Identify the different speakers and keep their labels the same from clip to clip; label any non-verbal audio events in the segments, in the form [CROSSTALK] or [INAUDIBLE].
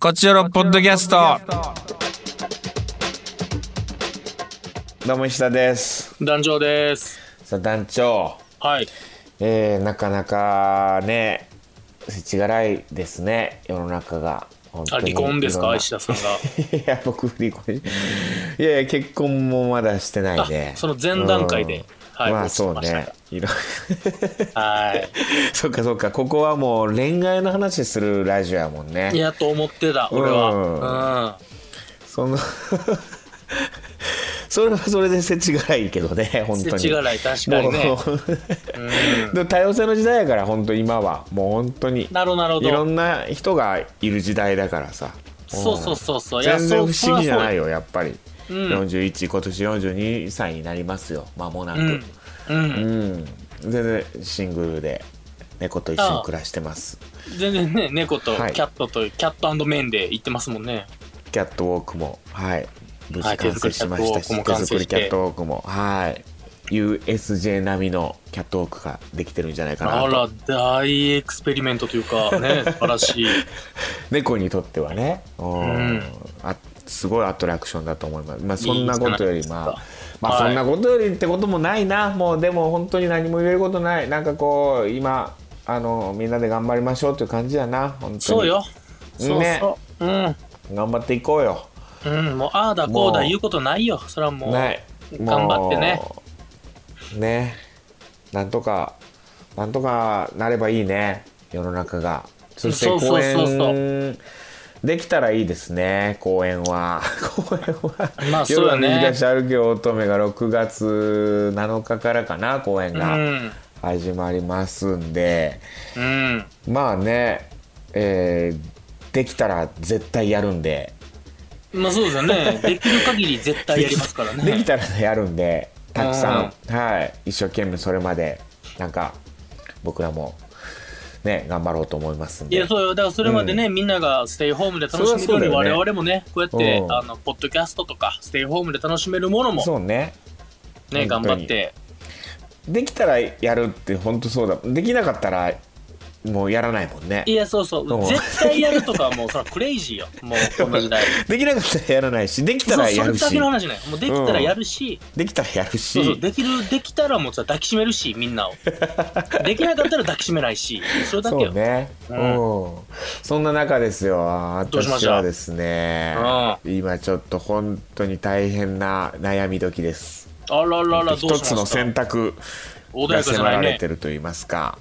Speaker 1: こちらのポッドキャスト。
Speaker 2: どうも石田です。
Speaker 3: 壇上です。
Speaker 2: さあ団長、
Speaker 3: はい。
Speaker 2: えー、なかなかね、世知辛いですね、世の中が。本
Speaker 3: あ、
Speaker 2: 当に
Speaker 3: 離婚です
Speaker 2: いろん
Speaker 3: か
Speaker 2: な
Speaker 3: 石田さん
Speaker 2: いや、僕、離婚しいやいや、結婚もまだしてないで。
Speaker 3: あその前段階で
Speaker 2: うん
Speaker 3: はい
Speaker 2: まあ、
Speaker 3: 僕して
Speaker 2: そう
Speaker 3: ました
Speaker 2: ね
Speaker 3: が。
Speaker 2: いろ
Speaker 3: が。は
Speaker 2: [LAUGHS] そうか、そうか。ここはもう恋愛の話するラジオやもんね。
Speaker 3: い。いや、と思ってた、俺は。
Speaker 2: そのそれはそれで世知辛いけどね本当に
Speaker 3: 世知辛い確かにね
Speaker 2: もうでも多様性の時代やから本当今はもう本当に
Speaker 3: なるほどなるほど
Speaker 2: いろんな人がいる時代だからさ
Speaker 3: うん。そうそうそうそう。いや、
Speaker 2: 全然
Speaker 3: そう
Speaker 2: 不思議じゃない
Speaker 3: よ。
Speaker 2: よやっぱり、
Speaker 3: ん
Speaker 2: 41今年42歳になりますよ間もなく、
Speaker 3: うん。うん。
Speaker 2: うん全然シングルで猫と一緒に暮らしてます
Speaker 3: 全然ね、猫とキ
Speaker 2: はい
Speaker 3: ャットと、キャットメンで行ってますもんね。
Speaker 2: キャットウォークもはい無
Speaker 3: は
Speaker 2: 事
Speaker 3: い
Speaker 2: 完成しましたし、手
Speaker 3: 手
Speaker 2: 作
Speaker 3: 作
Speaker 2: り
Speaker 3: り
Speaker 2: キ
Speaker 3: キ
Speaker 2: ャ
Speaker 3: ャ
Speaker 2: ッ
Speaker 3: ッ
Speaker 2: ト
Speaker 3: ト
Speaker 2: ウォークもはい USJ 並みのキャットウォークができてるんじゃないかな
Speaker 3: あ
Speaker 2: と
Speaker 3: ら、大エクスペリメントというか、
Speaker 2: [LAUGHS]
Speaker 3: ね、素晴らしい。
Speaker 2: 猫にとってはねうん
Speaker 3: ん
Speaker 2: あすごいアトラクションだと思います、まあ、そんなことよりまあ
Speaker 3: いいじゃないですか
Speaker 2: まあ
Speaker 3: は
Speaker 2: そ
Speaker 3: い
Speaker 2: んなことよりってこともないな、もうでも本当に何も言えることないなんかこう今あのみんなで頑張りましょうという感じやな本当に
Speaker 3: そうよ。そう
Speaker 2: ね
Speaker 3: そう。うん。
Speaker 2: 頑張っていこうよ
Speaker 3: うん、もう、ああだこうだ
Speaker 2: もう
Speaker 3: 言うことないよ。それはもう。
Speaker 2: ね、
Speaker 3: 頑張ってね
Speaker 2: もうねなんとかなんとかなればいいね世の中がそして
Speaker 3: そう
Speaker 2: 公
Speaker 3: そうそうそう
Speaker 2: 演できたらいいですね公演は [LAUGHS] 公演は、
Speaker 3: まあそう
Speaker 2: 夜は
Speaker 3: だね
Speaker 2: 東歩け乙女が6月7日からかな公演
Speaker 3: う
Speaker 2: が
Speaker 3: ん。
Speaker 2: 始まりますんで、
Speaker 3: うん。
Speaker 2: まあね、えーできたら絶対やるんで、
Speaker 3: まあそうですよ
Speaker 2: [LAUGHS]
Speaker 3: ね。できる限り絶対やりますからね。
Speaker 2: できたらねやるんでたくさん、はい、一生懸命それまでなんか僕らもね頑張ろうと思いますん
Speaker 3: い
Speaker 2: で
Speaker 3: や、そうよ。だからそれまでね、みんながステイホームで楽しめるよう
Speaker 2: そ
Speaker 3: に、
Speaker 2: りゃそうだ
Speaker 3: 我
Speaker 2: よね
Speaker 3: 々もね、こうやって、
Speaker 2: うん
Speaker 3: あの、ポッドキャストとか、ステイホームで楽しめるものも
Speaker 2: そうね
Speaker 3: ね、
Speaker 2: 本
Speaker 3: 頑
Speaker 2: 当に
Speaker 3: 張って。
Speaker 2: できたらやるって本当そうだできなかったらもうやらないもんね
Speaker 3: いや、そうそ
Speaker 2: うん
Speaker 3: う。絶対やるとかはもう、それはクレイジー
Speaker 2: [LAUGHS]
Speaker 3: よ。もう、この時代。
Speaker 2: できなかったらやらないしできた
Speaker 3: そう
Speaker 2: ら
Speaker 3: そ
Speaker 2: や
Speaker 3: れ
Speaker 2: る
Speaker 3: だけ
Speaker 2: し
Speaker 3: の話ね。もうできたらやるし、
Speaker 2: できたらやる
Speaker 3: そうそう
Speaker 2: し
Speaker 3: できる、できたらもうさ、抱きしめるし、みんなを。
Speaker 2: [LAUGHS]
Speaker 3: できなかったら抱きしめないし、それだけ
Speaker 2: そう
Speaker 3: よ。
Speaker 2: ね、う
Speaker 3: うん
Speaker 2: そんな中ですよ
Speaker 3: どうしまし
Speaker 2: 私
Speaker 3: た
Speaker 2: はですね今ちょっと本当に大変な悩み時です
Speaker 3: あららら、どうし
Speaker 2: 一
Speaker 3: ました
Speaker 2: つの選択
Speaker 3: 穏
Speaker 2: が
Speaker 3: やかじゃ
Speaker 2: 迫
Speaker 3: ない
Speaker 2: られ
Speaker 3: ね
Speaker 2: て。ると言いますか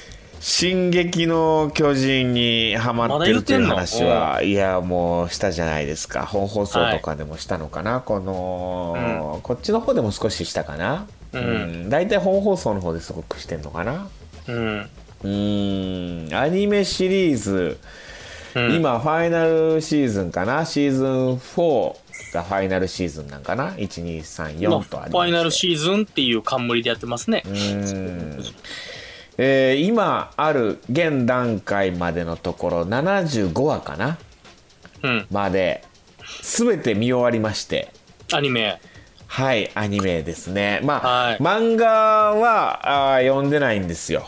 Speaker 2: 「進撃の巨人」にハマってるという
Speaker 3: まだ言って
Speaker 2: 話
Speaker 3: んの
Speaker 2: は、いやもうしたじゃないですか本放送とかでもしたのかな、この、こっちの方でも少ししたかな、
Speaker 3: うん
Speaker 2: ん大体本放送の方ですごくしてんのかな
Speaker 3: うん。
Speaker 2: うーんアニメシリーズ、
Speaker 3: うん
Speaker 2: 今ファイナルシーズンかなシーズン4がファイナルシーズンなんかな
Speaker 3: まあ
Speaker 2: 1234
Speaker 3: フ
Speaker 2: とありまして
Speaker 3: ァイナルシーズンっていう冠でやってますね。
Speaker 2: うんえー今ある現段階までのところ75話かな
Speaker 3: うん。
Speaker 2: まで全て見終わりまして
Speaker 3: アニメ。
Speaker 2: はいアニメですねまあ、
Speaker 3: はい
Speaker 2: 漫画はあー読んでないんですよ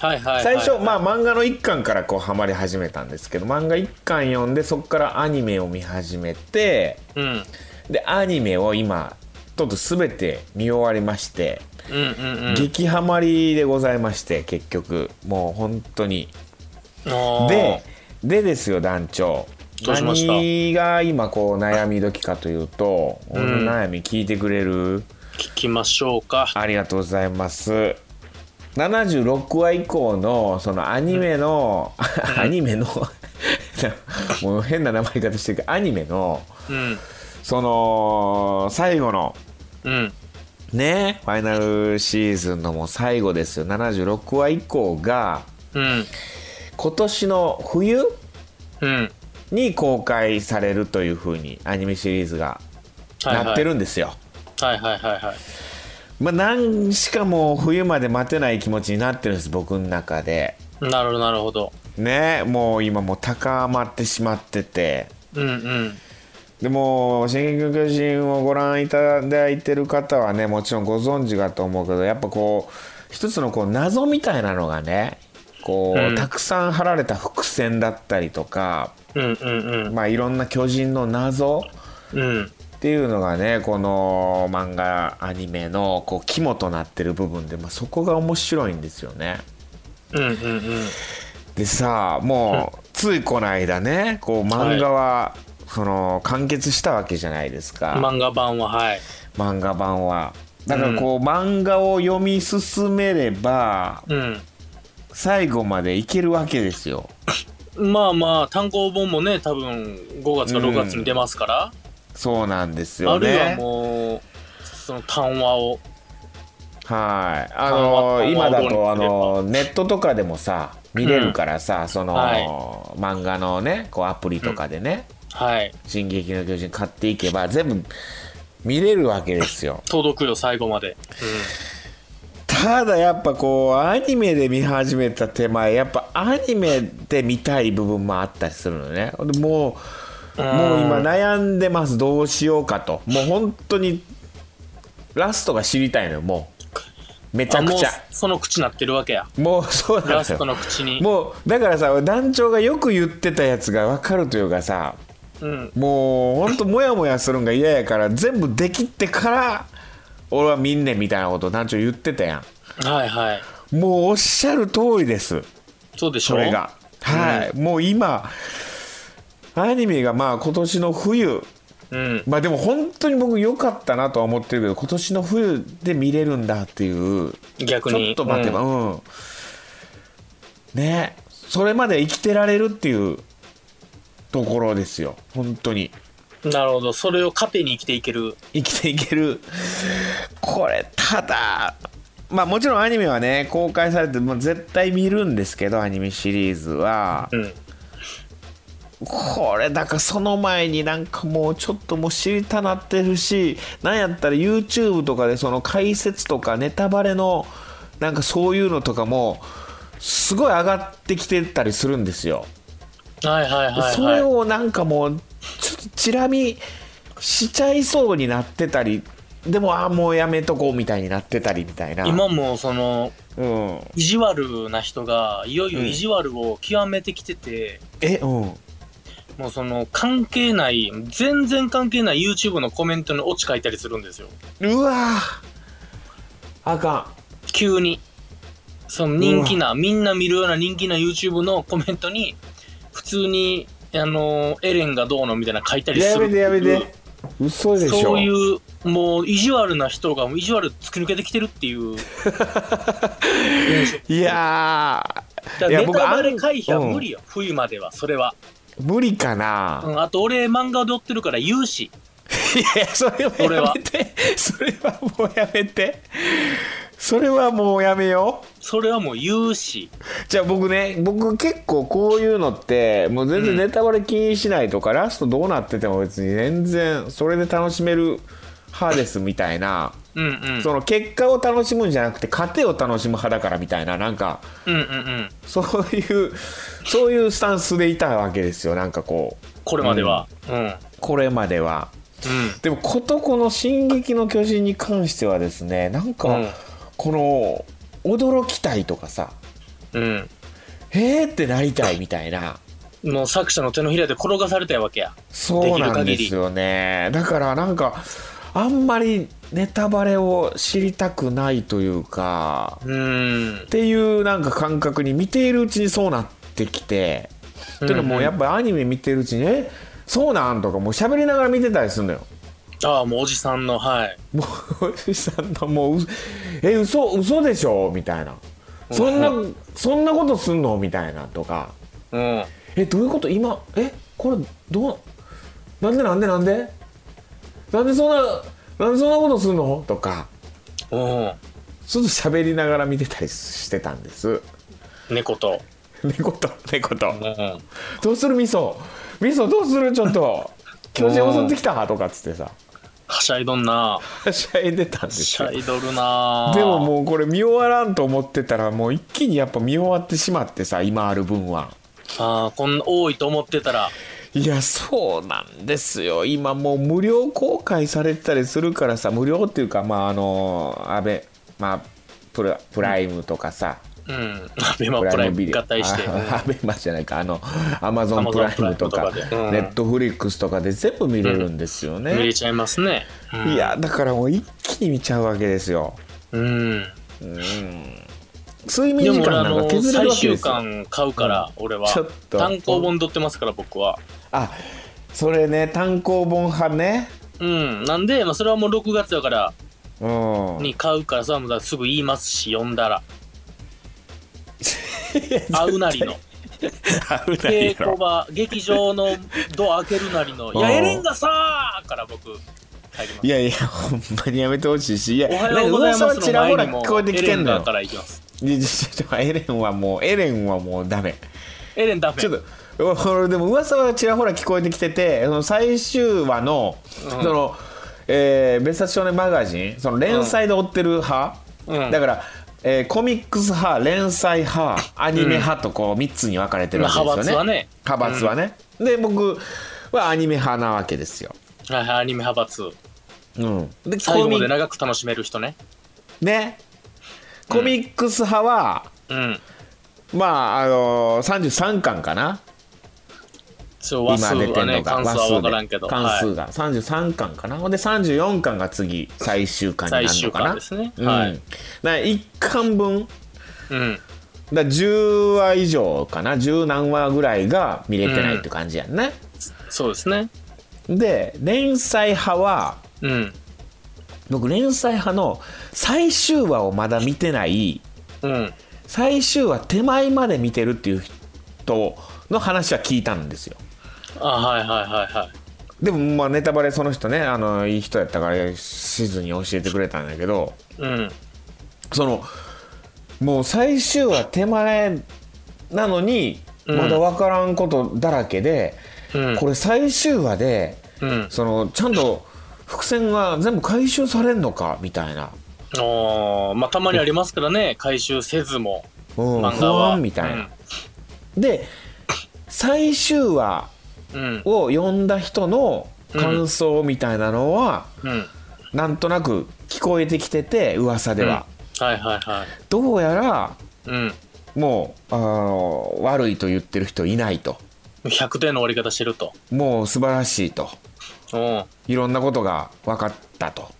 Speaker 3: はいはいはい。
Speaker 2: 最初、まあ、漫画の1巻からこうハマり始めたんですけど漫画1巻読んでそこからアニメを見始めて
Speaker 3: うん。うん
Speaker 2: でアニメを今ちょっと全て見終わりまして
Speaker 3: うんうん。
Speaker 2: 激ハマりでございまして結局もう本当に
Speaker 3: あー
Speaker 2: で、でですよ団長
Speaker 3: どうしました
Speaker 2: 何が今こう悩み時かというと、こ
Speaker 3: ん
Speaker 2: の悩み聞いてくれる
Speaker 3: 聞きましょうか。
Speaker 2: ありがとうございます76話以降のそのアニメの、アニメ
Speaker 3: [LAUGHS]
Speaker 2: のもう変な名前方してるけどアニメの
Speaker 3: うん。
Speaker 2: その最後の
Speaker 3: うん。
Speaker 2: ねファイナルシーズンのもう最後ですよ76話以降が
Speaker 3: うん。
Speaker 2: 今年の冬
Speaker 3: うん。
Speaker 2: に公開されるというふうにアニメシリーズが
Speaker 3: はいはい
Speaker 2: なってるんですよ、
Speaker 3: はいはいはいはい。
Speaker 2: まあなんしかもう冬まで待てない気持ちになってるんです僕の中で
Speaker 3: なるほどなるほど。
Speaker 2: ねもう今もう高まってしまってて
Speaker 3: うんうん。
Speaker 2: でも「進撃の巨人」をご覧いただいてる方はねもちろんご存知かと思うけどやっぱこう一つのこう謎みたいなのがねこう、
Speaker 3: うん
Speaker 2: たくさん貼られた伏線だったりとか、
Speaker 3: うんうん
Speaker 2: まあ、いろんな巨人の謎
Speaker 3: うん。うん。
Speaker 2: っていうのがねこの漫画アニメのこう肝となってる部分で、まあ、そこが面白いんですよね。
Speaker 3: うんうんうん。
Speaker 2: でさもうついこの間
Speaker 3: [LAUGHS]
Speaker 2: ねこう漫画は、その完結したわけじゃないですか
Speaker 3: 漫画版は、はい。
Speaker 2: 漫画版は。だからこう、漫画を読み進めれば
Speaker 3: うん。
Speaker 2: 最後までいけるわけですよ。
Speaker 3: まあまあ、単行本もね、多分5月か6月に出ますから、
Speaker 2: そうなんですよ
Speaker 3: あるい
Speaker 2: ね。
Speaker 3: はもう、その単話を。
Speaker 2: はい、あ
Speaker 3: あ
Speaker 2: の
Speaker 3: の
Speaker 2: 今だと
Speaker 3: あ
Speaker 2: あ
Speaker 3: の
Speaker 2: のネットとかでもさ見れるからさ、その、
Speaker 3: はい
Speaker 2: 漫画のねこうアプリとかでね
Speaker 3: はい。
Speaker 2: 「進撃の巨人」買っていけば全部見れるわけですよ
Speaker 3: 届くよ、最後まで。
Speaker 2: ただやっぱこうアニメで見始めた手前やっぱアニメで見たい部分もあったりするのねでもう
Speaker 3: うん
Speaker 2: もう今悩んでますどうしようかともう本当にラストが知りたいのよもうめち
Speaker 3: あ
Speaker 2: ゃく
Speaker 3: もう
Speaker 2: ちゃ、
Speaker 3: その口なってるわけや。
Speaker 2: もうそうなん
Speaker 3: ラ
Speaker 2: です
Speaker 3: ス
Speaker 2: よ
Speaker 3: トの口に。
Speaker 2: もうだからさ団長がよく言ってたやつが分かるというかさ
Speaker 3: うん。
Speaker 2: もうほんとモヤモヤするんが嫌やから全部できってから俺は見んねんみたいなこと団長言ってたや
Speaker 3: はいはい。
Speaker 2: んもうおっしゃる通りです
Speaker 3: そうでし
Speaker 2: そ
Speaker 3: ょ
Speaker 2: れがはい、もう今アニメがまあ今年の冬
Speaker 3: うん。
Speaker 2: まあでも本当に僕良かったなとは思ってるけど今年の冬で見れるんだっていう
Speaker 3: 逆
Speaker 2: ち
Speaker 3: に。
Speaker 2: ょっと待てば、うん。ねそれまで生きてられるっていうところですよ。本当に。
Speaker 3: うんなるほど。それを糧に生きていける。
Speaker 2: 生きていける。これ、ただ、まあもちろんアニメはね、公開されて、もう絶対見るんですけど、アニメシリーズは。
Speaker 3: うん。
Speaker 2: これ、だからその前になんかもうちょっともう知りたなってるし、なんやったら YouTube とかでその解説とかネタバレの、なんかそういうのとかも、すごい上がってきてたりするんですよ。
Speaker 3: はいはいはい、はい。
Speaker 2: それをなんかもうちょっとチラ見しちゃいそうになってたりでもああもうやめとこうみたいになってたりみたいな
Speaker 3: 今もその、
Speaker 2: うん
Speaker 3: 意地悪な人が、いよいよ意地悪を極めてきてて、
Speaker 2: えうん
Speaker 3: もうその関係ない、全然関係ない YouTube のコメントに落ち書いたりするんですよ。
Speaker 2: うわーあか
Speaker 3: 急に。その人気な、みんな見るような人気な YouTube のコメントに、普通に、あの、エレンがどうのみたいな書いた
Speaker 2: ん
Speaker 3: りす
Speaker 2: や
Speaker 3: る
Speaker 2: めてやめて嘘でしょ
Speaker 3: そういう、もう意地悪な人が、もう意地悪突き抜けてきてるっていう。
Speaker 2: いやーい
Speaker 3: だから
Speaker 2: や
Speaker 3: ネタバ
Speaker 2: あ
Speaker 3: レ
Speaker 2: ん
Speaker 3: 回避は無理
Speaker 2: うん
Speaker 3: よ、冬までは、それは。
Speaker 2: 無理かな、
Speaker 3: うん、あと俺、漫画で追ってるから言うし。
Speaker 2: いやいやそれは
Speaker 3: 俺
Speaker 2: や
Speaker 3: は
Speaker 2: めてそれはもうやめてそれはもうやめよう
Speaker 3: それはもう言うし。
Speaker 2: じゃあ僕ね僕結構こういうのってもう全然ネタバレ気にしないとか、ラストどうなってても別に全然それで楽しめる派ですみたいな、
Speaker 3: うんうん。
Speaker 2: その結果を楽しむんじゃなくて過程を楽しむ派だからみたいななんか
Speaker 3: うんうんうん。
Speaker 2: そういうそういうスタンスでいたわけですよなんかこう
Speaker 3: これまでは。うん。うん。
Speaker 2: これまではでもことこの「進撃の巨人」に関してはですねなんか、
Speaker 3: うん
Speaker 2: この驚きたいとかさ
Speaker 3: うん。
Speaker 2: えーってなりたいみたいな。
Speaker 3: もう作者の手のひらで転がされたわけや。
Speaker 2: そうなんですよねだからなんかあんまりネタバレを知りたくないというか
Speaker 3: うー
Speaker 2: っ。
Speaker 3: ん
Speaker 2: ていうなんか感覚に見ているうちにそうなってきて、というのもやっぱアニメ見てるうちに「えそうなん?」とかもう喋りながら見てたりするのよ。
Speaker 3: ああ、もうおじさんの、はい。
Speaker 2: もうおじさんのもうう「え嘘嘘でしょ?」みたいな「そんなそんなことすんの?」みたいなとか
Speaker 3: うん。
Speaker 2: えどういうこと今えこれどうなんでなんでなんでなんでそんななんでそんなことするのとか
Speaker 3: うん。
Speaker 2: ちょっと喋りながら見てたりしてたんです [LAUGHS]
Speaker 3: 猫と。
Speaker 2: 猫と猫と
Speaker 3: うん。
Speaker 2: どうする味噌味噌どうするちょっと巨人襲ってきたとかっつってさ
Speaker 3: はしゃいどんな。
Speaker 2: はしゃいでたんで
Speaker 3: はし
Speaker 2: す
Speaker 3: ゃ
Speaker 2: よ
Speaker 3: いどるな。
Speaker 2: でももうこれ見終わらんと思ってたらもう一気にやっぱ見終わってしまってさ今ある分は
Speaker 3: ああ、こんな多いと思ってたら。
Speaker 2: いやそうなんですよ今もう無料公開されてたりするからさ無料っていうかまああの安倍まあプラプライムとかさ、
Speaker 3: うん。アベマ
Speaker 2: プ
Speaker 3: プラ
Speaker 2: ラ
Speaker 3: イ
Speaker 2: イムビ
Speaker 3: ム
Speaker 2: デオ
Speaker 3: 合体して。うん
Speaker 2: あアベマじゃないかあのアマゾン
Speaker 3: Amazon
Speaker 2: プライムとか
Speaker 3: プ
Speaker 2: ネ
Speaker 3: ライムとかでうん
Speaker 2: ットフリックスとかで全部見れるんですよね、
Speaker 3: 見れちゃいますね。うん
Speaker 2: い。やだからもう一気に見ちゃうわけですよ
Speaker 3: うん。
Speaker 2: 睡
Speaker 3: で
Speaker 2: 眠時
Speaker 3: も俺
Speaker 2: 間
Speaker 3: あ
Speaker 2: なんか
Speaker 3: の
Speaker 2: 削れる
Speaker 3: 最
Speaker 2: わけで
Speaker 3: 終
Speaker 2: すよ
Speaker 3: 巻買うから、俺は
Speaker 2: ちょっと
Speaker 3: 単行本取ってますから僕は
Speaker 2: あそれね単行本派ね
Speaker 3: うんなんで、まあ、それはもう6月だから
Speaker 2: うん
Speaker 3: に買うからそれはもうだからすぐ言いますし読ん
Speaker 2: [LAUGHS]
Speaker 3: だら会うなりの稽古場劇場のドア開けるなりの「
Speaker 2: ん
Speaker 3: いやエレンがさー!」から僕入ります
Speaker 2: いやいやほんまにやめてほしいしいや
Speaker 3: おはようございます
Speaker 2: なんか噂は
Speaker 3: の
Speaker 2: ちら
Speaker 3: 前
Speaker 2: ほら
Speaker 3: にも
Speaker 2: 聞こえてき
Speaker 3: エ
Speaker 2: て
Speaker 3: レ
Speaker 2: ん
Speaker 3: ン
Speaker 2: の
Speaker 3: だ
Speaker 2: よ
Speaker 3: から行きます
Speaker 2: いやちょっとエレンはもうエレンはもうダメ
Speaker 3: エレンダメ
Speaker 2: ちょっとお俺でも噂はちらほら聞こえてきててその最終話の、その、えー別冊少年マガジンその連載で追ってる派、
Speaker 3: うん
Speaker 2: だから、えーコミックス派連載派アニメ派とこう3つに分かれてるわけですよね、
Speaker 3: まあ
Speaker 2: 派
Speaker 3: 派
Speaker 2: 閥はねで僕はアニメ派なわけですよ、
Speaker 3: はいはいアニメ派閥
Speaker 2: うん、で
Speaker 3: 最
Speaker 2: コ
Speaker 3: 後ま
Speaker 2: ミ
Speaker 3: で長く楽しめる人ね
Speaker 2: ねコミックス派は、
Speaker 3: うん
Speaker 2: まああのー、33巻かな
Speaker 3: そう話数
Speaker 2: 今出て
Speaker 3: は
Speaker 2: んの
Speaker 3: ね
Speaker 2: が
Speaker 3: 関数は分からんけど
Speaker 2: 関
Speaker 3: は
Speaker 2: 数
Speaker 3: い
Speaker 2: が33巻かなほんで34巻が次最終巻になる
Speaker 3: 最
Speaker 2: の
Speaker 3: 終
Speaker 2: かな
Speaker 3: 巻ですね
Speaker 2: うん
Speaker 3: は
Speaker 2: だ
Speaker 3: い
Speaker 2: から1巻分
Speaker 3: うん
Speaker 2: だから10話以上かな十何話ぐらいが見れてないって感じやんね、
Speaker 3: そうですね
Speaker 2: で連載派は
Speaker 3: うん
Speaker 2: 僕連載派の最終話をまだ見てない
Speaker 3: うん
Speaker 2: 最終話手前まで見てるっていう人の話は聞いたんですよ
Speaker 3: あはいはいはいはい
Speaker 2: でもまあネタバレその人ねあのいい人やったからしずに教えてくれたんだけど
Speaker 3: うん
Speaker 2: そのもう最終話手前なのに
Speaker 3: うん
Speaker 2: まだ分からんことだらけで、
Speaker 3: うん
Speaker 2: これ最終話で
Speaker 3: うん
Speaker 2: そのちゃんと伏線が全部回収されんのかみたいな、
Speaker 3: おーまあたまにありますからね回収せずも
Speaker 2: うん、
Speaker 3: 漫
Speaker 2: 不
Speaker 3: 画は
Speaker 2: 安みたいな。で最終話
Speaker 3: うんうん
Speaker 2: を読んだ人の感想みたいなのは、
Speaker 3: うん
Speaker 2: なんとなく聞こえてきてて噂では、
Speaker 3: はいはいはい
Speaker 2: どうやら
Speaker 3: うん
Speaker 2: もうあの悪いと言ってる人いないと
Speaker 3: 100点の終わり方してると
Speaker 2: もう素晴らしいと
Speaker 3: おう
Speaker 2: いろんなことが分かったと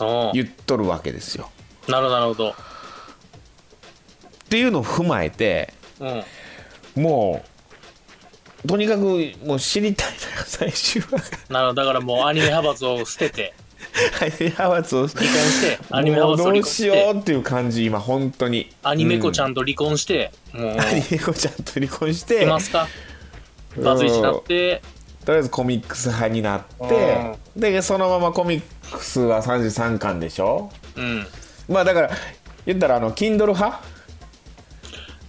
Speaker 3: おう
Speaker 2: 言っとるわけですよ。
Speaker 3: なるほどなるほど
Speaker 2: っていうのを踏まえて
Speaker 3: うん
Speaker 2: もうとにかくもう知りたいな最終話
Speaker 3: なるほどだからもうアニメ派閥を捨てて
Speaker 2: アニメ派閥を
Speaker 3: 離婚
Speaker 2: [LAUGHS]
Speaker 3: してアニメ
Speaker 2: もう
Speaker 3: 派
Speaker 2: ど
Speaker 3: 閥を離
Speaker 2: う
Speaker 3: 婚
Speaker 2: し
Speaker 3: し
Speaker 2: よ
Speaker 3: て
Speaker 2: うっていう感じ今本当に
Speaker 3: アニメ子
Speaker 2: ち
Speaker 3: ちゃんと離婚してもう
Speaker 2: ゃん、アニメ子ちゃんと離婚し
Speaker 3: い
Speaker 2: て
Speaker 3: ますかバツイチになって
Speaker 2: とりあえずコミックス派になってでそのままコミックスは33巻でしょ
Speaker 3: うん
Speaker 2: まあだから言ったらあの Kindle 派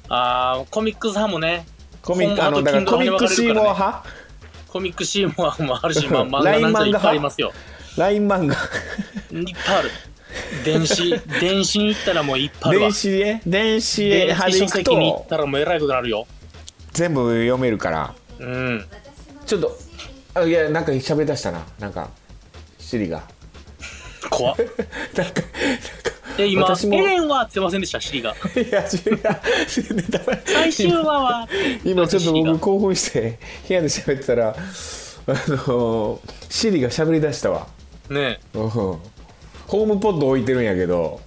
Speaker 3: あーコミックス派もね
Speaker 2: コミック
Speaker 3: 本
Speaker 2: あの
Speaker 3: 派
Speaker 2: だ
Speaker 3: と
Speaker 2: からコミ
Speaker 3: Kindle
Speaker 2: ックシーモア派
Speaker 3: コミックシーモアもあるし、まあ、
Speaker 2: うん
Speaker 3: 漫画な
Speaker 2: ラ
Speaker 3: ん
Speaker 2: イン漫画
Speaker 3: ていっぱいありますよ。
Speaker 2: ライン漫画
Speaker 3: いっぱいある。電子、
Speaker 2: [LAUGHS]
Speaker 3: 電子に行ったらもういっぱいあるわ
Speaker 2: 電。子へ電子へ
Speaker 3: 電
Speaker 2: 派で
Speaker 3: 子書
Speaker 2: いく
Speaker 3: 籍に行
Speaker 2: と
Speaker 3: ったらもうえらいことになるよ。
Speaker 2: 全部読めるから
Speaker 3: うん。
Speaker 2: ちょっとあいやなんか喋り出したななんかシリが [LAUGHS]
Speaker 3: 怖っ。
Speaker 2: なんか
Speaker 3: で、今、
Speaker 2: 私も
Speaker 3: エレンはって言ってませんでした、シリが。
Speaker 2: なんかいやシリがネタバレ
Speaker 3: 最終話
Speaker 2: [LAUGHS]
Speaker 3: は。
Speaker 2: 今ちょっと
Speaker 3: シリが
Speaker 2: 僕興奮して部屋で喋ってたらあのシリが喋り出したわ
Speaker 3: ね
Speaker 2: うんホームポッド置いてるんやけど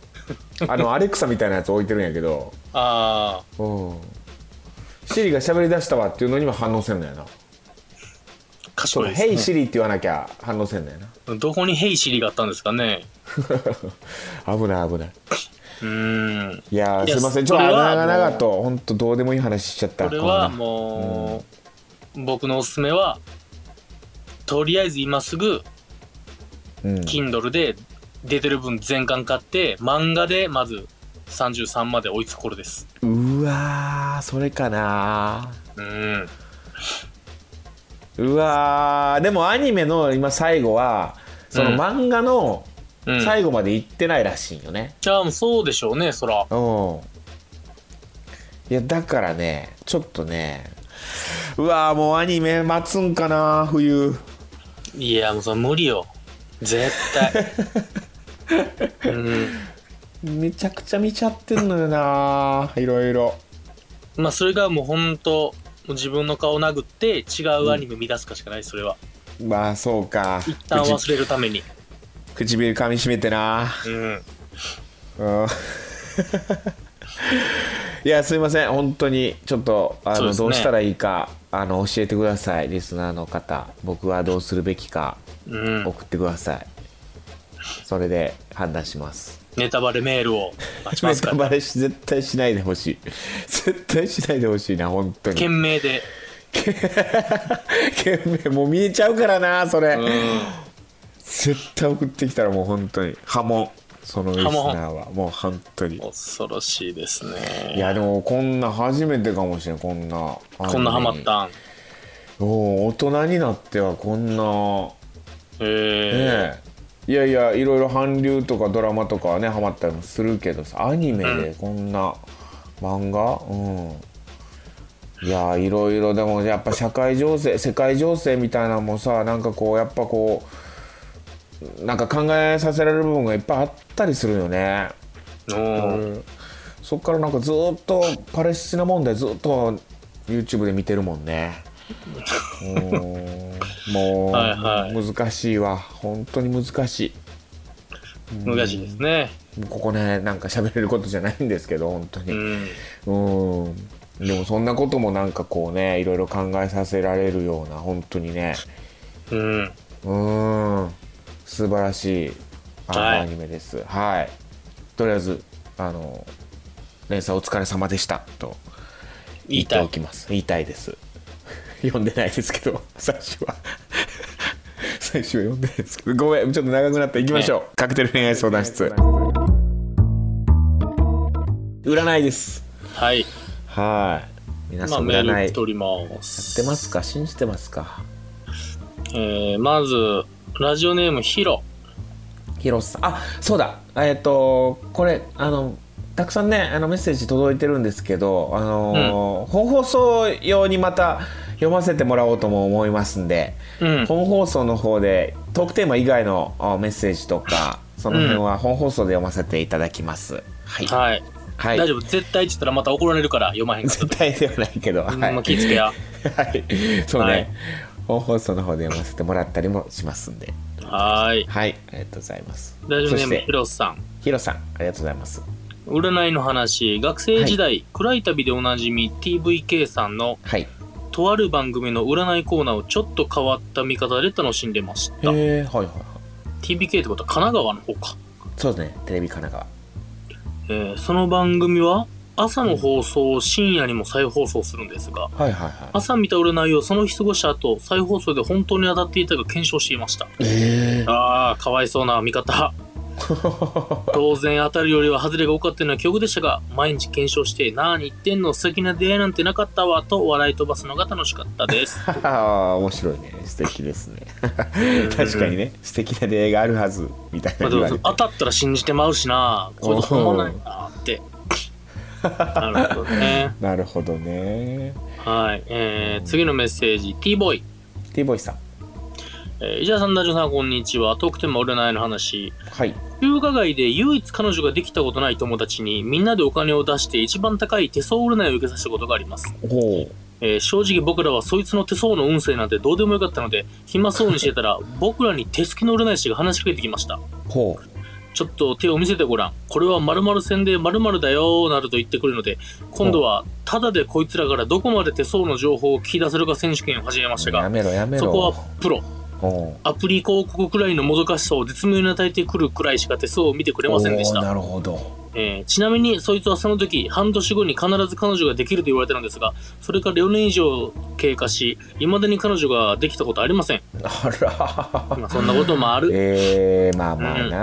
Speaker 2: あのアレクサみたいなやつ置いてるんやけど
Speaker 3: え。あ
Speaker 2: うんシリが喋り出したわっていうのには反応せんのやな
Speaker 3: あ、
Speaker 2: そ
Speaker 3: 賢
Speaker 2: う
Speaker 3: い
Speaker 2: 「
Speaker 3: で
Speaker 2: ヘイ
Speaker 3: す
Speaker 2: シリ」って言わなきゃ反応せんのやな [LAUGHS]
Speaker 3: ね。どこにヘイシリがあったんですかね。
Speaker 2: 危ない危ないう
Speaker 3: ーん。
Speaker 2: いやー
Speaker 3: いや
Speaker 2: すいませんちょっ
Speaker 3: そ
Speaker 2: と
Speaker 3: れは
Speaker 2: 長々と本当どうでもいい話しちゃった
Speaker 3: これは
Speaker 2: こんな
Speaker 3: もう、僕のおすすめは、とりあえず今すぐ、
Speaker 2: うん、
Speaker 3: Kindle で出てる分全巻買って漫画でまず33まで追いつく頃です
Speaker 2: うわーそれかな
Speaker 3: うん
Speaker 2: うわーでもアニメの今最後はその
Speaker 3: うん
Speaker 2: 漫画の
Speaker 3: うん
Speaker 2: 最後まで行ってないらしいよね、
Speaker 3: じゃあそうでしょうねそら
Speaker 2: うんいやだからねちょっとねうわーもうアニメ待つんかな冬 [LAUGHS]
Speaker 3: いやもうそれ無理よ絶対うん
Speaker 2: めちゃくちゃ見ちゃってんのよないろいろ
Speaker 3: まあそれがもうほんともう自分の顔殴って違うアニメ見出すかしかないそれは
Speaker 2: まあそうか
Speaker 3: 一旦忘れるために
Speaker 2: 口唇噛みしめてな
Speaker 3: う
Speaker 2: う
Speaker 3: ん
Speaker 2: ん [LAUGHS] いやすいません本当にちょっとあ
Speaker 3: そう
Speaker 2: の、
Speaker 3: ですね
Speaker 2: どうしたらいいかあの教えてくださいリスナーの方僕はどうするべきか
Speaker 3: うん
Speaker 2: 送ってください、それで判断します
Speaker 3: ネタバレメールを待ちま
Speaker 2: ネ
Speaker 3: すか
Speaker 2: タ
Speaker 3: ら
Speaker 2: バレし絶対しないでほしい絶対しないでほしいな本当 [LAUGHS]
Speaker 3: 懸
Speaker 2: に
Speaker 3: 命で
Speaker 2: 懸命もう見えちゃうからなそれ、
Speaker 3: う
Speaker 2: 絶対送ってきたらもう本当に波紋そのリスナーはもう本当に
Speaker 3: ん恐ろしいですね
Speaker 2: いやでもこんな初めてかもしれんこんな
Speaker 3: こんなハマったん
Speaker 2: おう大人になってはこんな
Speaker 3: え
Speaker 2: ね
Speaker 3: え
Speaker 2: えいやいやいろいろ韓流とかドラマとかはねハマったりもするけどさアニメでこんな漫画うんいやいろいろでもやっぱ社会情勢世界情勢みたいなのもさなんかこうやっぱこうなんか考えさせられる部分がいっぱいあったりするよね
Speaker 3: うん
Speaker 2: そっからなんかずーっとパレスチナ問題ずーっと YouTube で見てるもんね。う
Speaker 3: [LAUGHS]
Speaker 2: ーんもう
Speaker 3: はいは
Speaker 2: 難しいわ本当に難し
Speaker 3: 難しいですね
Speaker 2: いここねなんか喋れることじゃないんですけど本当
Speaker 3: う
Speaker 2: に
Speaker 3: ん
Speaker 2: うんでもそんなこともなんかこうねいろいろ考えさせられるような本当にね
Speaker 3: うん
Speaker 2: うん素晴らしいあの、
Speaker 3: はい
Speaker 2: アニメですはいとりあえずあの連載お疲れ様でしたと
Speaker 3: 言いた
Speaker 2: 言
Speaker 3: い
Speaker 2: っておきます言いたいです [LAUGHS] 読んでないですけど [LAUGHS] 最初は最初は読んでないですけどごめんちょっと長くなった行きましょう、カクテル恋愛相談室占いです
Speaker 3: はい
Speaker 2: はい皆
Speaker 3: ま
Speaker 2: さ
Speaker 3: あ
Speaker 2: ん
Speaker 3: メール
Speaker 2: 占い
Speaker 3: 来て
Speaker 2: や
Speaker 3: おります
Speaker 2: ってますか信じてますか
Speaker 3: えーまずラジオネームヒロ
Speaker 2: ヒロさんあそうだえっ、とこれあのたくさんねあのメッセージ届いてるんですけどあのー本放送用にまた読ませてもらおうとも思いますんで、
Speaker 3: うん
Speaker 2: 本放送の方でトークテーマ以外のあメッセージとかその辺は本放送で読ませていただきます、はい、はい
Speaker 3: はい大丈夫絶対って言ったらまた怒られるから読まへんか
Speaker 2: 絶対ではないけど、
Speaker 3: ら、
Speaker 2: は
Speaker 3: まあ、
Speaker 2: い、
Speaker 3: 気ぃつけや
Speaker 2: [LAUGHS] はい、そうね、
Speaker 3: はい
Speaker 2: 本放送の方で読ませてもらったりもしますんで
Speaker 3: はーい
Speaker 2: はいありがとうございます
Speaker 3: ラジオ
Speaker 2: そ
Speaker 3: ネ
Speaker 2: し
Speaker 3: ーム
Speaker 2: て
Speaker 3: ヒロさん
Speaker 2: ヒロさんありがとうございます
Speaker 3: 占いの話学生時代、暗い旅でおなじみ TVK さんの
Speaker 2: はい
Speaker 3: とある番組の占いコーナーをちょっと変わった見方で楽しんでました
Speaker 2: えはいはいはい
Speaker 3: TVK ってことは神奈川の方か、
Speaker 2: そうですねテレビ神奈
Speaker 3: えーその番組は朝の放送を深夜にも再放送するんですが
Speaker 2: 川はいはいは
Speaker 3: 朝見た占いをその日過ごした後再放送で本当に当たっていたか検証していました
Speaker 2: いえ
Speaker 3: あーかわいそうな見方当然当たるよりは外れが多かったような記憶でしたが毎日検証して「なーに言ってんの素敵な出会いなんてなかったわ」と笑い飛ばすのが楽しかったです
Speaker 2: ああ [LAUGHS] 面白いね素敵ですね確かにね素敵な出会いがあるはずみたいな
Speaker 3: まあで
Speaker 2: 言わ
Speaker 3: も
Speaker 2: れて
Speaker 3: 当たったら信じてまうしなこれほんまないなってなるほどね
Speaker 2: なるほどね
Speaker 3: はいえー、次のメッセージ T ボーイ
Speaker 2: T ボイスさん
Speaker 3: えー、石田さん、ダジョさん、こんにちは。トークテーマ占いの話。
Speaker 2: はい
Speaker 3: 中華街で唯一彼女ができたことない友達に、みんなでお金を出して一番高い手相占いを受けさせたことがあります。
Speaker 2: おお
Speaker 3: えー正直僕らはそいつの手相の運勢なんてどうでもよかったので暇そうにしてたら [LAUGHS] 僕らに手すきの占い師が話しかけてきました
Speaker 2: ほ
Speaker 3: ちょっと手を見せてごらんこれは〇〇線で〇〇だよなどと言ってくるので今度はただでこいつらからどこまで手相の情報を聞き出せるか選手権を始めました
Speaker 2: うや
Speaker 3: が
Speaker 2: めろやめろ
Speaker 3: そこはプロ
Speaker 2: おう
Speaker 3: アプリ広告くらいのもどかしさを絶妙に与えてくるくらいしか手相を見てくれませんでし
Speaker 2: おう
Speaker 3: た、
Speaker 2: なるほど
Speaker 3: えーちなみにそいつはその時半年後に必ず彼女ができると言われたのですがそれから4年以上経過し未だに彼女ができたことありません、
Speaker 2: あ
Speaker 3: [LAUGHS]
Speaker 2: ら
Speaker 3: まあ、そんなこともある、
Speaker 2: えー、まあまあな、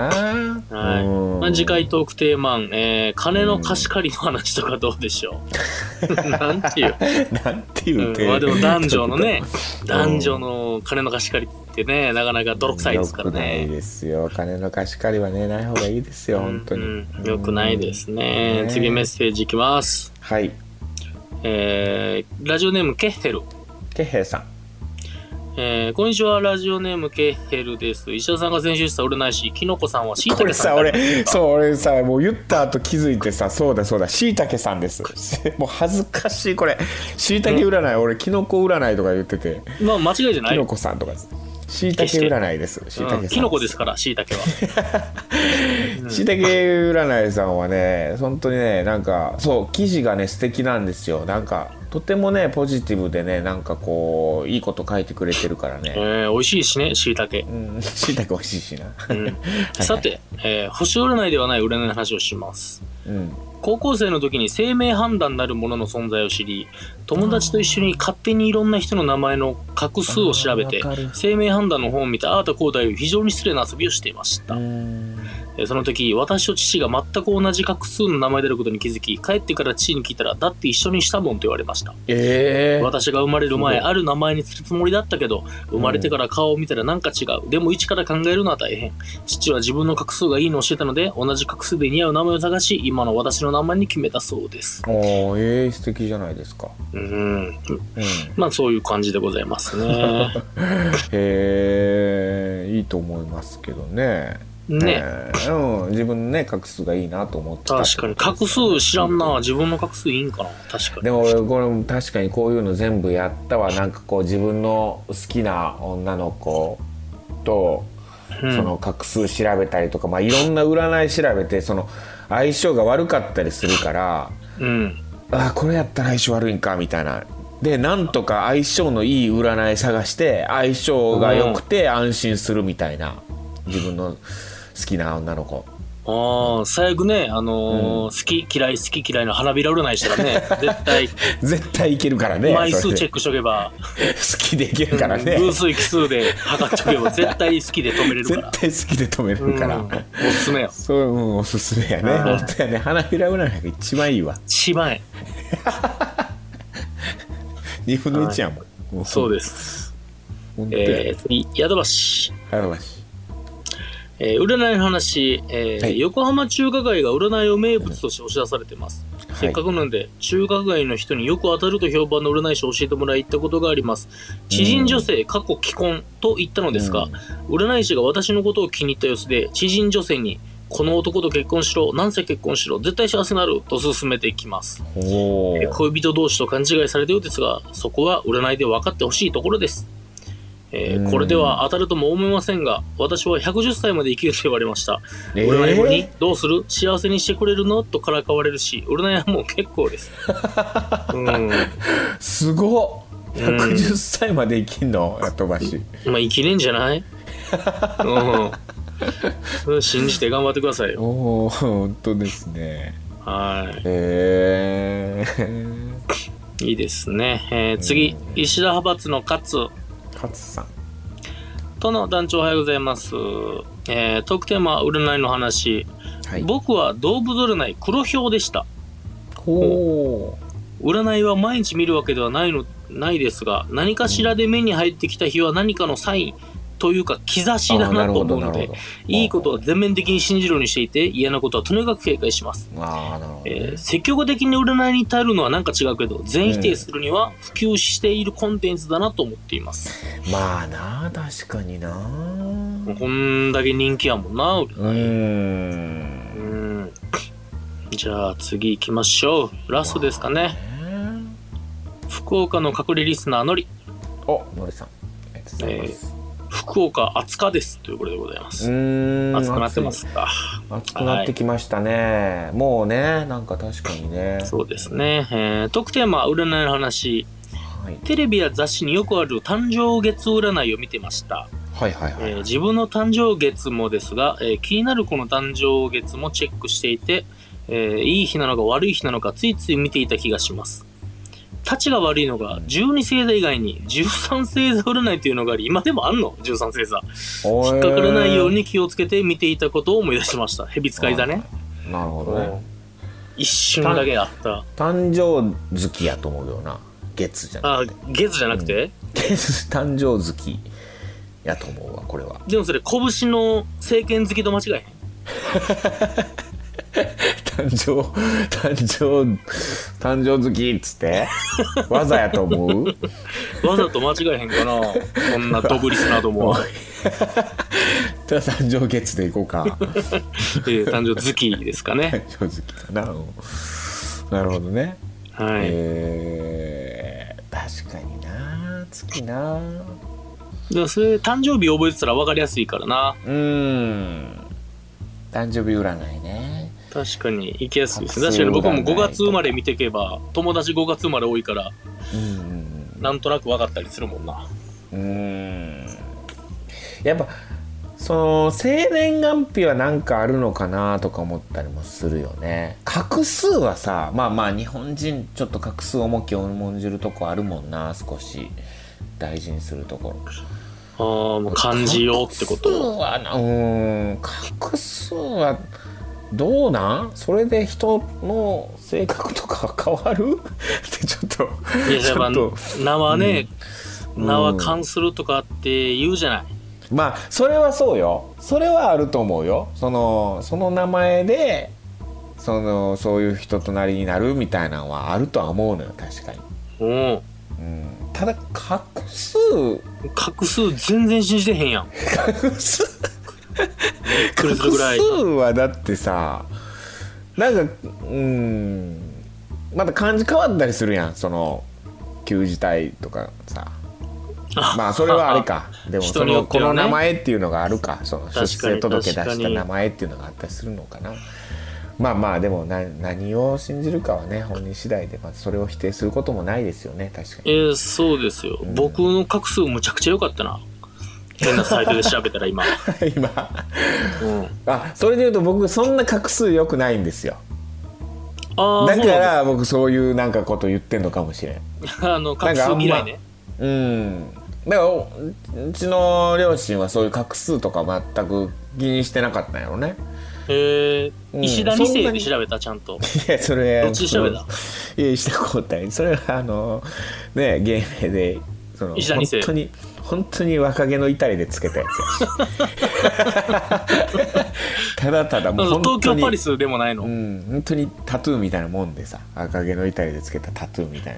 Speaker 3: はい
Speaker 2: うん
Speaker 3: まあ、次回トークテーマン、えー金の貸し借りの話とかどうでしょ
Speaker 2: [LAUGHS]
Speaker 3: うなんていう、
Speaker 2: なんて
Speaker 3: う
Speaker 2: いうん手
Speaker 3: まあ、でも男
Speaker 2: [LAUGHS]
Speaker 3: 女の
Speaker 2: ち
Speaker 3: ね
Speaker 2: ょっ
Speaker 3: 男女の金の貸し借りってねなかなか
Speaker 2: と
Speaker 3: 泥臭いですから
Speaker 2: よくな
Speaker 3: ね
Speaker 2: いですよ金の貸し借りはねない方がいいですよ
Speaker 3: うん
Speaker 2: 本当に、
Speaker 3: うんよくないですね
Speaker 2: ね
Speaker 3: 次メッセージいきます
Speaker 2: はい
Speaker 3: えーラジオネームケッヘル
Speaker 2: ケヘイさん
Speaker 3: えー、こんにちは、ラジオネームケヘルです。石田さんが先週した占い師、きのこさんはしい
Speaker 2: [LAUGHS] こ
Speaker 3: た
Speaker 2: れ
Speaker 3: けさ
Speaker 2: さ
Speaker 3: んだ
Speaker 2: 俺そう俺さもう言った後気づいてさそうだそうだしいたけさんですもう恥ずかしいこれしいたけ占い俺きのこ占いとか言ってて
Speaker 3: まあ、間違いじゃな
Speaker 2: き
Speaker 3: い。
Speaker 2: のこさんとかですしいたけ占いですしいたけさん
Speaker 3: きのこですから、しいたけは。
Speaker 2: しいたけ占いさんはね本当にねなんかそう記事がね素敵なんですよなんかとてもねポジティブでねなんかこういいこと書いてくれてるからね
Speaker 3: えー、美味しいしね、しいたけ。
Speaker 2: うんしいたけ美味しいしな
Speaker 3: うんさて、えー星占いではない占いの話をします。
Speaker 2: [LAUGHS] うん
Speaker 3: 高校生の時に生命判断なるものの存在を知り、友達と一緒に勝手にいろんな人の名前の画数を調べて
Speaker 2: あーわかる、
Speaker 3: 生命判断の本を見たああたこうだいう非常に失礼な遊びをしていました。えーその時、私と父が全く同じ画数の名前であることに気づき、帰ってから父に聞いたら、だって一緒にしたもんと言われました。
Speaker 2: ええ
Speaker 3: 私が生まれる前、
Speaker 2: すご
Speaker 3: ある名前にするつもりだったけど、生まれてから顔を見たらなんか違う。でも一から考えるのは大変。父は自分の画数がいいのを教えたので、同じ画数で似合う名前を探し、今の私の名前に決めたそうです。
Speaker 2: おーええ素敵じゃないですか
Speaker 3: うん。
Speaker 2: うん
Speaker 3: まあそういう感じでございますね。
Speaker 2: へえいいと思いますけどね
Speaker 3: ね。
Speaker 2: ええうん自分のね画数がいいなと思ってた
Speaker 3: 確かに。画数知らんな。自分の画数いいんかな。確かに。
Speaker 2: でも俺これ確かにこういうの全部やったわなんかこう自分の好きな女の子と
Speaker 3: うん
Speaker 2: その画数調べたりとか、まあいろんな占い調べてその相性が悪かったりするから
Speaker 3: うん。
Speaker 2: あーこれやったら相性悪いんかみたいなでなんとか相性のいい占い探して相性が良くて安心するみたいな自分の好きな女の子
Speaker 3: ああ、最悪ね、あのー好き嫌い好き嫌いの花びら占いし
Speaker 2: [LAUGHS]
Speaker 3: たらね、絶対
Speaker 2: 絶対いけるからね
Speaker 3: 枚
Speaker 2: そ
Speaker 3: 数
Speaker 2: れ
Speaker 3: チェ
Speaker 2: で
Speaker 3: ックしとけば。
Speaker 2: 好きでいけるからね、
Speaker 3: 偶数奇数で測っと
Speaker 2: [LAUGHS]
Speaker 3: けば絶対好きで止めれるか
Speaker 2: 絶
Speaker 3: ら
Speaker 2: 対好きで止めれるから、
Speaker 3: うんおすすめよ
Speaker 2: そう、うん、おすすめやね。
Speaker 3: うん
Speaker 2: 本当やね。花びら占いが一番いいわ。
Speaker 3: 一番え
Speaker 2: 2分の1やもん。も
Speaker 3: えそう
Speaker 2: で
Speaker 3: です、
Speaker 2: す。本当や。
Speaker 3: えー、次宿橋
Speaker 2: あらまし。
Speaker 3: えー占いの話、えー
Speaker 2: はい
Speaker 3: 横浜中華街が占いを名物として押し出されてます、
Speaker 2: い
Speaker 3: せっかくなんで中華街の人によく当たると評判の占い師を教えてもらい行ったことがあります知人女性過去既婚と言ったのですが、占い師が私のことを気に入った様子で知人女性にこの男と結婚しろ何せ結婚しろ絶対幸せになると勧めてきます
Speaker 2: お
Speaker 3: えー
Speaker 2: ー。
Speaker 3: 恋人同士と勘違いされたようですがそこは占いで分かってほしいところです、えー
Speaker 2: うん
Speaker 3: これでは当たるとも思いませんが私は110歳まで生きると言われました、
Speaker 2: えー
Speaker 3: 占い後に「どうする幸せにしてくれるの?」とからかわれるし占いはもう結構です
Speaker 2: [LAUGHS]
Speaker 3: うん
Speaker 2: すごっ
Speaker 3: うん
Speaker 2: !110 歳まで生きんのやとばし。
Speaker 3: まあ生きねえんじゃない
Speaker 2: [LAUGHS]
Speaker 3: うん信じて頑張ってくださいよ
Speaker 2: おー、本当ですね。
Speaker 3: はい
Speaker 2: えー。
Speaker 3: いいですね、えー次石田派閥の勝
Speaker 2: 勝さん。
Speaker 3: との団長おはようございます、えートークテーマは占いの話、
Speaker 2: はい。
Speaker 3: 僕は動物占い黒豹でした
Speaker 2: おー。
Speaker 3: 占いは毎日見るわけではないのないですが何かしらで目に入ってきた日は何かのサインというか兆しだなと思うのでいいことは全面的に信じるようにしていて嫌なことはとにかく警戒します、
Speaker 2: あーなるほどね。
Speaker 3: えー積極的に占いに頼るのは何か違うけど全否定するには普及しているコンテンツだなと思っています、
Speaker 2: まあな、確かにな。
Speaker 3: こんだけ人気やもんな
Speaker 2: う
Speaker 3: 占い、
Speaker 2: ーん。
Speaker 3: うんじゃあ次行きましょうラストですかね福岡の隠れリスナーのり
Speaker 2: お、のりさん。ありがとうございます。
Speaker 3: 福岡厚かですということでございます
Speaker 2: うーん
Speaker 3: 暑くなってますか
Speaker 2: 暑い暑くなってきましたね、もうねなんか確かにね
Speaker 3: そうですね、えー、特テーマは占いの話
Speaker 2: はい、
Speaker 3: テレビや雑誌によくある誕生月占いを見てました、
Speaker 2: はいはいはい
Speaker 3: えー自分の誕生月もですが、えー気になる子の誕生月もチェックしていて、えーいい日なのか悪い日なのかついつい見ていた気がしますたちが悪いのが12星座以外に13星座占いというのがあり今でもあんの13星座
Speaker 2: おー
Speaker 3: 引っかからないように気をつけて見ていたことを思い出しました蛇使いだね
Speaker 2: なるほどね
Speaker 3: 一瞬だけあった
Speaker 2: 誕生月やと思うよな月じゃな
Speaker 3: あ
Speaker 2: くて
Speaker 3: 月じゃなくて、
Speaker 2: 月 [LAUGHS] 誕生月やと思うわこれは
Speaker 3: でもそれ拳の政権好きと間違えへん
Speaker 2: 誕生誕生誕生好きっつ
Speaker 3: [LAUGHS]
Speaker 2: ってわざやと思う
Speaker 3: わざと間違えへ
Speaker 2: [LAUGHS]
Speaker 3: んかなこんなドブリスなども、
Speaker 2: じゃあ誕生月でいこうか
Speaker 3: えー誕生月ですかね
Speaker 2: 誕生好きかなうんなるほどね、
Speaker 3: はい、
Speaker 2: えー、確かにな月な
Speaker 3: だからそれ誕生日覚えてたら分かりやすいからな
Speaker 2: うーん誕生日占いね
Speaker 3: 確かに行きやすいですね
Speaker 2: あ
Speaker 3: 確かに僕も
Speaker 2: そうだね
Speaker 3: 5月生まれ見てけば友達5月生まれ多いから
Speaker 2: うん
Speaker 3: なんとなく分かったりするもんな
Speaker 2: うーんやっぱその生年月日は何かあるのかなとか思ったりもするよね画数はさまあまあ日本人ちょっと画数重きを重んじるとこあるもんな少し大事にするところ
Speaker 3: あーもう漢字よってこ
Speaker 2: 画数
Speaker 3: と
Speaker 2: はなうーん画数はどうなんそれで人の性格とか変わる [LAUGHS] ってちょっと
Speaker 3: いや
Speaker 2: ち
Speaker 3: やっ
Speaker 2: ょ
Speaker 3: ぱ
Speaker 2: っと
Speaker 3: 名は
Speaker 2: うん
Speaker 3: ね、名は関するとかって言うじゃない
Speaker 2: まあそれはそうよそれはあると思うよそのその名前でそのそういう人となりになるみたいなのはあるとは思うのよ確かに、
Speaker 3: おう
Speaker 2: うん、ただ画数
Speaker 3: 画数全然信じてへん
Speaker 2: [LAUGHS]
Speaker 3: やん
Speaker 2: 画数
Speaker 3: くるするぐらい
Speaker 2: 画数はだってさなんかうんまた漢字変わったりするやんその旧字体とかさ [LAUGHS] まあそれはあれかでもそ
Speaker 3: 人によ
Speaker 2: の
Speaker 3: って
Speaker 2: こ
Speaker 3: はね
Speaker 2: の名前っていうのがあるかその出
Speaker 3: 確か
Speaker 2: 生
Speaker 3: に
Speaker 2: 届出
Speaker 3: 確
Speaker 2: し
Speaker 3: か
Speaker 2: た
Speaker 3: に
Speaker 2: 名前っていうのがあったりするのかなまあまあでもな何を信じるかはね本人次第で、まあ、それを否定することもないですよね確か
Speaker 3: [LAUGHS] え
Speaker 2: に
Speaker 3: ー、そうですよ、僕の画数むちゃくちゃ良かったな変なサイトで調べたら
Speaker 2: [LAUGHS]
Speaker 3: 今、
Speaker 2: 今 [LAUGHS]
Speaker 3: うん、
Speaker 2: あそれで言うと僕そんな画数良くないんですよ
Speaker 3: あ
Speaker 2: だ
Speaker 3: あ
Speaker 2: から僕そういうなんかこと言ってんのかもしれん
Speaker 3: [LAUGHS] あの画数嫌いね
Speaker 2: うんだからおうちの両親はそういう画数とか全く気にしてなかったんやろね
Speaker 3: えー
Speaker 2: うん
Speaker 3: 石田二世で
Speaker 2: そん
Speaker 3: 調べたちゃんと
Speaker 2: いやそれ
Speaker 3: どっちで調べた
Speaker 2: そのいや石田光太それはあのね芸名でその
Speaker 3: 石田二世
Speaker 2: 本当に本当に若気の至りでつけたやつやしただただもう本当
Speaker 3: 東
Speaker 2: に
Speaker 3: 京パリスでもないの、
Speaker 2: うん本当にタトゥーみたいなもんでさ若気の至りでつけたタトゥーみたい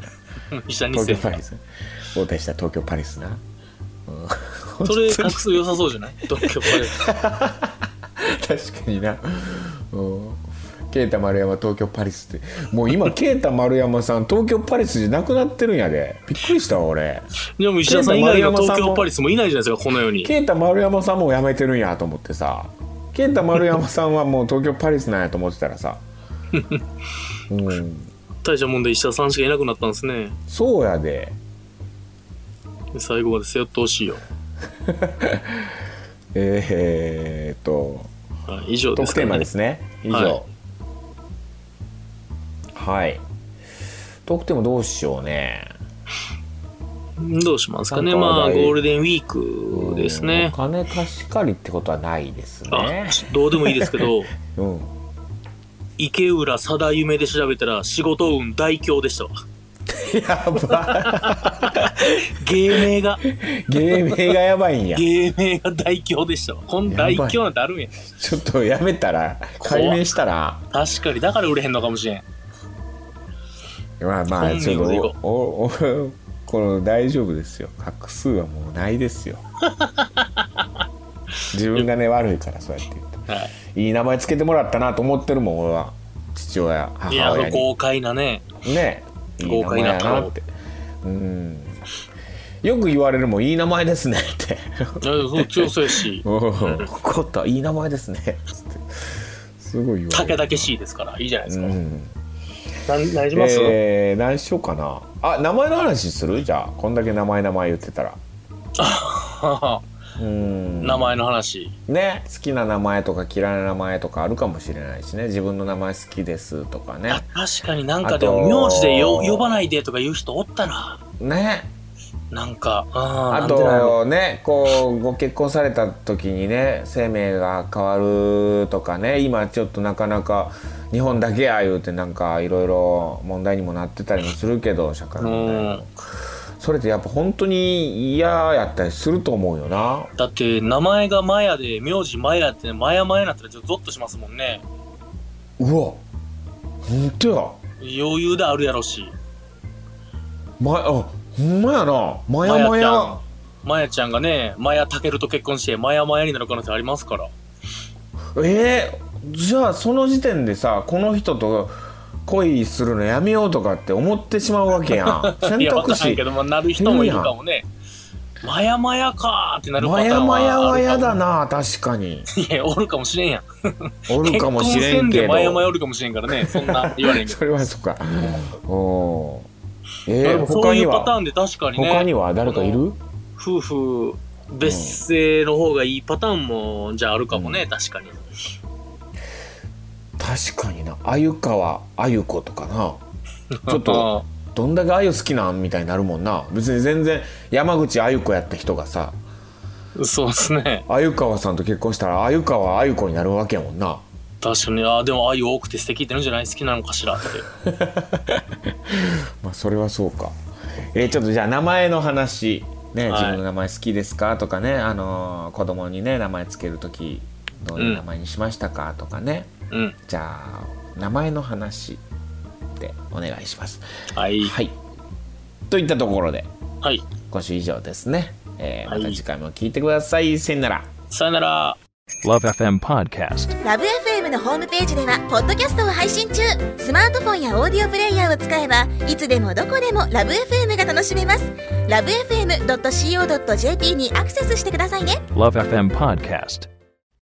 Speaker 2: な
Speaker 3: 石田二
Speaker 2: 東
Speaker 3: 世
Speaker 2: 京パリス大手した東京パリスな、うん、
Speaker 3: それ画数良さそうじ
Speaker 2: [LAUGHS]
Speaker 3: ゃない東京パリス
Speaker 2: 確かになうんケイタ丸山東京パリスってもう今ケイタ丸山さん東京パリスじゃなくなってるんやでびっくりしたわ俺
Speaker 3: でも石田さん以外の
Speaker 2: ケンタ丸山さんも
Speaker 3: 東京パリスもいないじゃないですかこの世に
Speaker 2: ケイタ丸山さんも辞めてるんやと思ってさケイタ丸山さんはもう東京パリスなんやと思ってたら [LAUGHS] さうん
Speaker 3: 大したもんで石田さんしかいなくなったんですね
Speaker 2: そうやで
Speaker 3: 最後まで背負ってほしいよ、
Speaker 2: えー、っと
Speaker 3: はい、以上で
Speaker 2: 特
Speaker 3: す
Speaker 2: テ
Speaker 3: か
Speaker 2: ー
Speaker 3: ね
Speaker 2: マですね以上はい、特テーマどうしようね
Speaker 3: どうしますかね
Speaker 2: なんか
Speaker 3: まあ
Speaker 2: 話
Speaker 3: ゴ
Speaker 2: 題
Speaker 3: ールデンウィークですね
Speaker 2: うんお金貸し借りってことはないです
Speaker 3: あ
Speaker 2: ね
Speaker 3: どうでもいいですけ [LAUGHS] ど
Speaker 2: うん [LAUGHS]
Speaker 3: 池浦貞夢で調べたら仕事運大凶でしたわ
Speaker 2: やば
Speaker 3: 芸名が
Speaker 2: い芸名がやば [LAUGHS] いんや
Speaker 3: 芸名が大凶でしたわこん大凶なんてあるんや
Speaker 2: ちょっとやめたら
Speaker 3: 怖っ
Speaker 2: 解明したら
Speaker 3: 確かにだから売れへんのかもしれん
Speaker 2: まあまあ
Speaker 3: 本
Speaker 2: ち
Speaker 3: 名でい
Speaker 2: ょ
Speaker 3: こ
Speaker 2: っとおお [LAUGHS] おこの大丈夫ですよ画数はもうないです
Speaker 3: [LAUGHS]
Speaker 2: よ自分がね悪いからそうやって言って
Speaker 3: はい
Speaker 2: い名前つけてもらったなと思ってるもん俺は父親
Speaker 3: い
Speaker 2: 母
Speaker 3: や
Speaker 2: 親に
Speaker 3: 豪快なね
Speaker 2: ねいい名前やなってうんよく言われるもんいい名前ですね
Speaker 3: [LAUGHS]
Speaker 2: って
Speaker 3: いやそう強そうやし
Speaker 2: おおコッタいい名前ですねつってすごい言われ
Speaker 3: 武
Speaker 2: る
Speaker 3: 々しいですからいいじゃないですか、
Speaker 2: うん
Speaker 3: なん、何します、
Speaker 2: えー、何しようかなあ名前の話するじゃあこんだけ名前名前言ってたらうん
Speaker 3: [LAUGHS] 名前の話
Speaker 2: ね好きな名前とか嫌いな名前とかあるかもしれないしね自分の名前好きですとかね
Speaker 3: あ確かになんか
Speaker 2: あ
Speaker 3: で
Speaker 2: と
Speaker 3: も名字でよ呼ばないでとか言う人おったな
Speaker 2: ね
Speaker 3: なんかあ
Speaker 2: あとねこうご結婚された時にね生命が変わるとかね今ちょっとなかなか日本だけや言うてなんかいろいろ問題にもなってたりもするけど社会
Speaker 3: う
Speaker 2: 問題
Speaker 3: ん
Speaker 2: それってやっぱ本当に嫌やったりすると思うよな
Speaker 3: だって名前がマヤで名字マヤってねマヤマヤになったらちょっとゾッとしますもんね
Speaker 2: うわほんとや
Speaker 3: 余裕であるやろし
Speaker 2: まあほんまやなまやま
Speaker 3: まや
Speaker 2: や
Speaker 3: ちゃんまやちゃんがねまやたけると結婚してまやまやになる可能性ありますから
Speaker 2: えー、じゃあその時点でさこの人と恋するのやめようとかって思ってしまうわけやん選
Speaker 3: [LAUGHS] いやわ
Speaker 2: 択
Speaker 3: からん
Speaker 2: 肢
Speaker 3: けど、まあ、なる人もいるかもねまやまやかーってなるパ
Speaker 2: ま
Speaker 3: ター
Speaker 2: や
Speaker 3: ンは
Speaker 2: まやはやだ
Speaker 3: な
Speaker 2: な確かに
Speaker 3: いやおるかもしれんやん
Speaker 2: おるかもしれん
Speaker 3: 結婚せ
Speaker 2: け
Speaker 3: で
Speaker 2: ど
Speaker 3: まやまやおるかもしれんからねそんな言われんけど
Speaker 2: それはそっかおー
Speaker 3: まあ
Speaker 2: [LAUGHS] え
Speaker 3: で
Speaker 2: ー、
Speaker 3: もそう
Speaker 2: 他
Speaker 3: い
Speaker 2: に
Speaker 3: うパター
Speaker 2: は
Speaker 3: ンで確かにね
Speaker 2: 他には誰かいる
Speaker 3: 夫婦別姓の方がいいパターンもじゃああるかもね、確かに
Speaker 2: 確かになあゆかはあゆことかなちょっとどんだけあゆ好きなんみたいになるもんな別に全然山口あゆ子やった人がさ
Speaker 3: あーそうですね
Speaker 2: 鮎川さんと結婚したら鮎川鮎子になるわけやもんな
Speaker 3: 確かにあーでも愛多くて素敵ってのじゃない好きなのかしらって
Speaker 2: まあそれはそうかえーちょっとじゃあ名前の話ね、
Speaker 3: はい
Speaker 2: 自分の名前好きですかとかね、あのー子供にね名前つける時どういう名前にしましたか、とかね
Speaker 3: うん
Speaker 2: じゃあ名前の話でお願いします
Speaker 3: はい
Speaker 2: はいといったところで
Speaker 3: はい
Speaker 2: 今週以上ですね、えー
Speaker 3: はい
Speaker 2: また次回も聞いてくださいせんなら
Speaker 3: さよなら
Speaker 1: Love FM Podcast.
Speaker 4: ラブ f m のホームページではポッドキャストを配信中スマートフォンやオーディオプレイヤーを使えばいつでもどこでもラブ f m が楽しめますラブ FM.co.jp にアクセスしてくださいね
Speaker 1: Love FM Podcast.